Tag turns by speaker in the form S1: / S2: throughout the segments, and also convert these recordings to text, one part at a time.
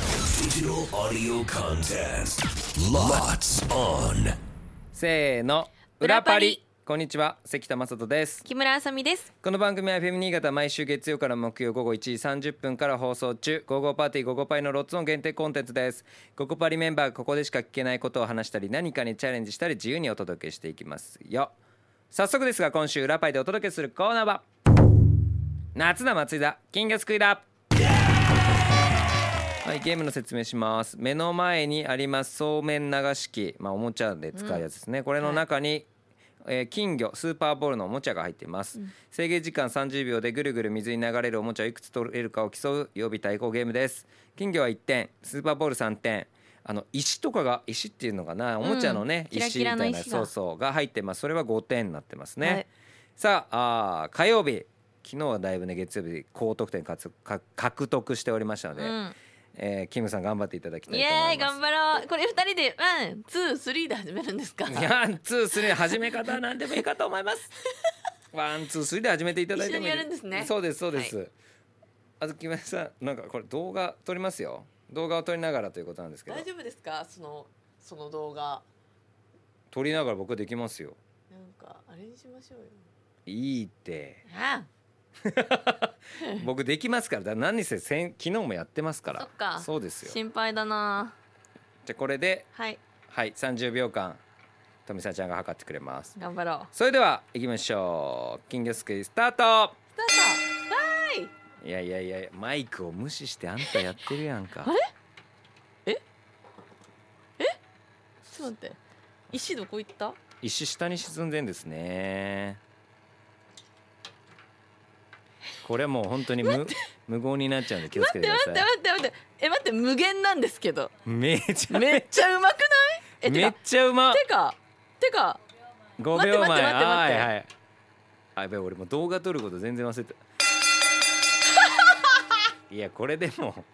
S1: Digital audio contest. Lots on.
S2: せーの
S3: 裏パリ
S2: こんにちは関田正人です
S3: 木村あさみです
S2: この番組は FM 新潟毎週月曜から木曜午後1時30分から放送中「午後パーティー午後パイ」のロッツオン限定コンテンツです「午後パリ」メンバーがここでしか聞けないことを話したり何かにチャレンジしたり自由にお届けしていきますよ早速ですが今週裏パイでお届けするコーナーは夏だ祭りだ金魚すくいだはい、ゲームの説明します。目の前にありますそうめん流し器、まあ、おもちゃで使うやつですね。これの中に、えー金魚スーパーボールのおもちゃが入っています、制限時間30秒でぐるぐる水に流れるおもちゃをいくつ取れるかを競う曜日対抗ゲームです金魚は1点スーパーボール3点あの石とかが石っていうのかなおもちゃのね、
S3: キラキラの
S2: みたいな
S3: 石が
S2: そうそうが入ってますそれは5点になってますね、
S3: はい
S2: さああー火曜日昨日はだいぶね月曜日高得点かつか獲得しておりましたので、
S3: うん
S2: えーキムさん頑張っていただきた
S3: イ
S2: いと
S3: エー
S2: 思
S3: イ
S2: います
S3: 頑。張ろうこれ二人でワンツースリーで始めるんですか
S2: ワンツースリー始め方は何でもいいかと思い ます。ワンツースリーで始めていただいてもいい。
S3: 一緒にやるんですね
S2: そうですそうです。あずきまさんなんかこれ動画撮りますよ。動画を撮りながらということなんですけど
S3: 大、丈夫ですかそのその動画
S2: 撮りながら僕できますよ。
S3: なんかあれにしましょうよ
S2: いいって。
S3: あ
S2: 僕できますから。だ何せ先昨日もやってますから。
S3: そっか
S2: そうですよ。
S3: 心配だな
S2: じゃあこれで
S3: はい
S2: はい30秒間富澤ちゃんが測ってくれます。
S3: 頑張ろう
S2: それでは行きましょう。金魚すくいスタート。
S3: スタートわーい
S2: いやいやいやマイクを無視してあんたやってるやんか
S3: あれちょっと待って石どこ行った
S2: 石下に沈んでんですねこれはもう本当に無無言になっちゃうんで気をつけてくだ
S3: 待
S2: さ
S3: っ
S2: い
S3: て待って待ってえ待って無限なんですけど
S2: めっちゃ
S3: めっちゃうまくないえて
S2: めっ
S3: か
S2: ちゃうま
S3: てかてか
S2: 5秒前
S3: 待って待って待って
S2: はいはいあやべ俺もう動画撮ること全然忘れ てたいやこれでも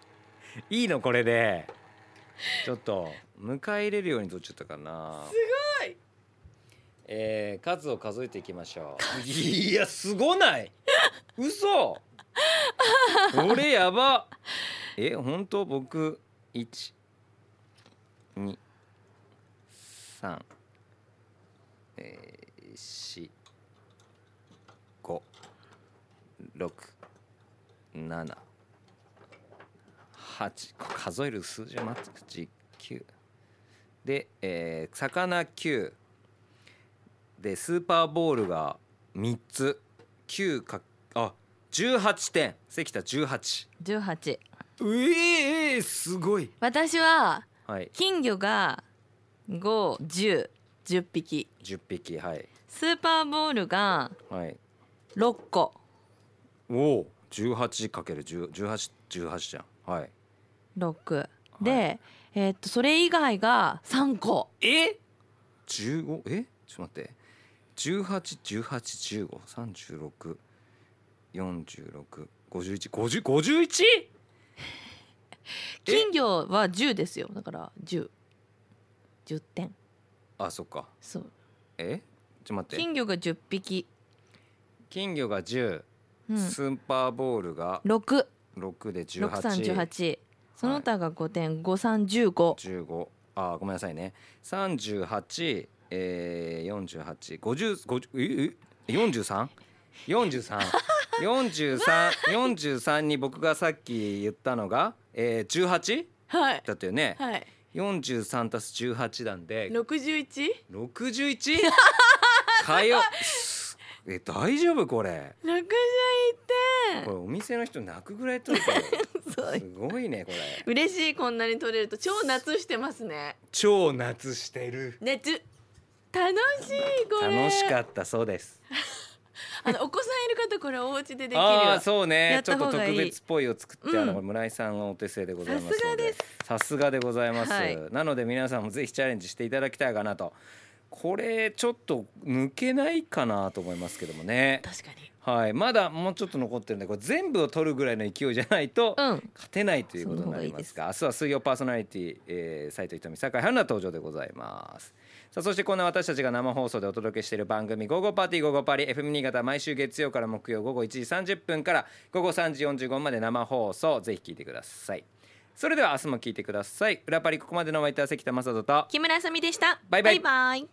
S2: ういいのこれでちょっと迎え入れるように撮っちゃったかなす
S3: ごい
S2: えー、数を数えていきましょういやすごない嘘俺やばえ本当僕一二三えー四五六七八これ数える数字は待って口九で、えー、魚九でスーパーボールが三つ九かあ十八点関田十八
S3: 18
S2: うええすごい
S3: 私は
S2: はい
S3: 金魚が51010匹
S2: 十匹はい
S3: スーパーボールが
S2: はい
S3: 6個
S2: おお十八かける十十八十八じゃんはい
S3: 6で、えーっとそれ以外が3個
S2: え十五えちょっと待って十八十八十五三十六四十六五十一五十五十一え
S3: 金魚は10ですよだから1010点
S2: あそっか
S3: そう
S2: えちょっと待って
S3: 金魚が10匹、
S2: 金魚が十、
S3: うん、
S2: スーパーボールが
S3: 6
S2: 六で十八
S3: 6318その他が5点5315
S2: 15あーごめんなさいね38えー、4850ええ 43?43?43?43 に僕がさっき言ったのが、えー、18
S3: はい
S2: だったよね、
S3: はい
S2: 43足す18なんで
S3: 61?61
S2: 61? かよすえ大丈夫これ
S3: 点
S2: これお店の人泣くぐらい取るから
S3: そう
S2: すごいねこれ
S3: 嬉しいこんなに取れると超夏してますね
S2: 超夏してる
S3: 熱楽しいこれ
S2: 楽しかったそうです
S3: あのお子さんいる方これお家でできる
S2: ああ
S3: よ
S2: ーそうね
S3: やっ
S2: ちょったと
S3: 方がい
S2: 特
S3: い
S2: 別っぽいを作って、あの
S3: うん
S2: これ村井さんのお手製でございますので
S3: さすがです
S2: さすがでございます、
S3: はい
S2: なので皆さんもぜひチャレンジしていただきたいかなとこれちょっと抜けないかなと思いますけどもね
S3: 確かに
S2: はいまだもうちょっと残ってるんでこれ全部を取るぐらいの勢いじゃないと、
S3: うん
S2: 勝てないということになりますが明日は水曜パーソナリティ、えー、斉藤瞳酒井春菜登場でございますさあそしてこんな私たちが生放送でお届けしている番組「午後パーティー午後パリ」FM 新潟毎週月曜から木曜午後1時30分から午後3時45分まで生放送ぜひ聞いてくださいそれでは明日も聞いてください裏パリここまでのお相手は関田正人と
S3: 木村あさみでした
S2: バイバイ
S3: バイバイ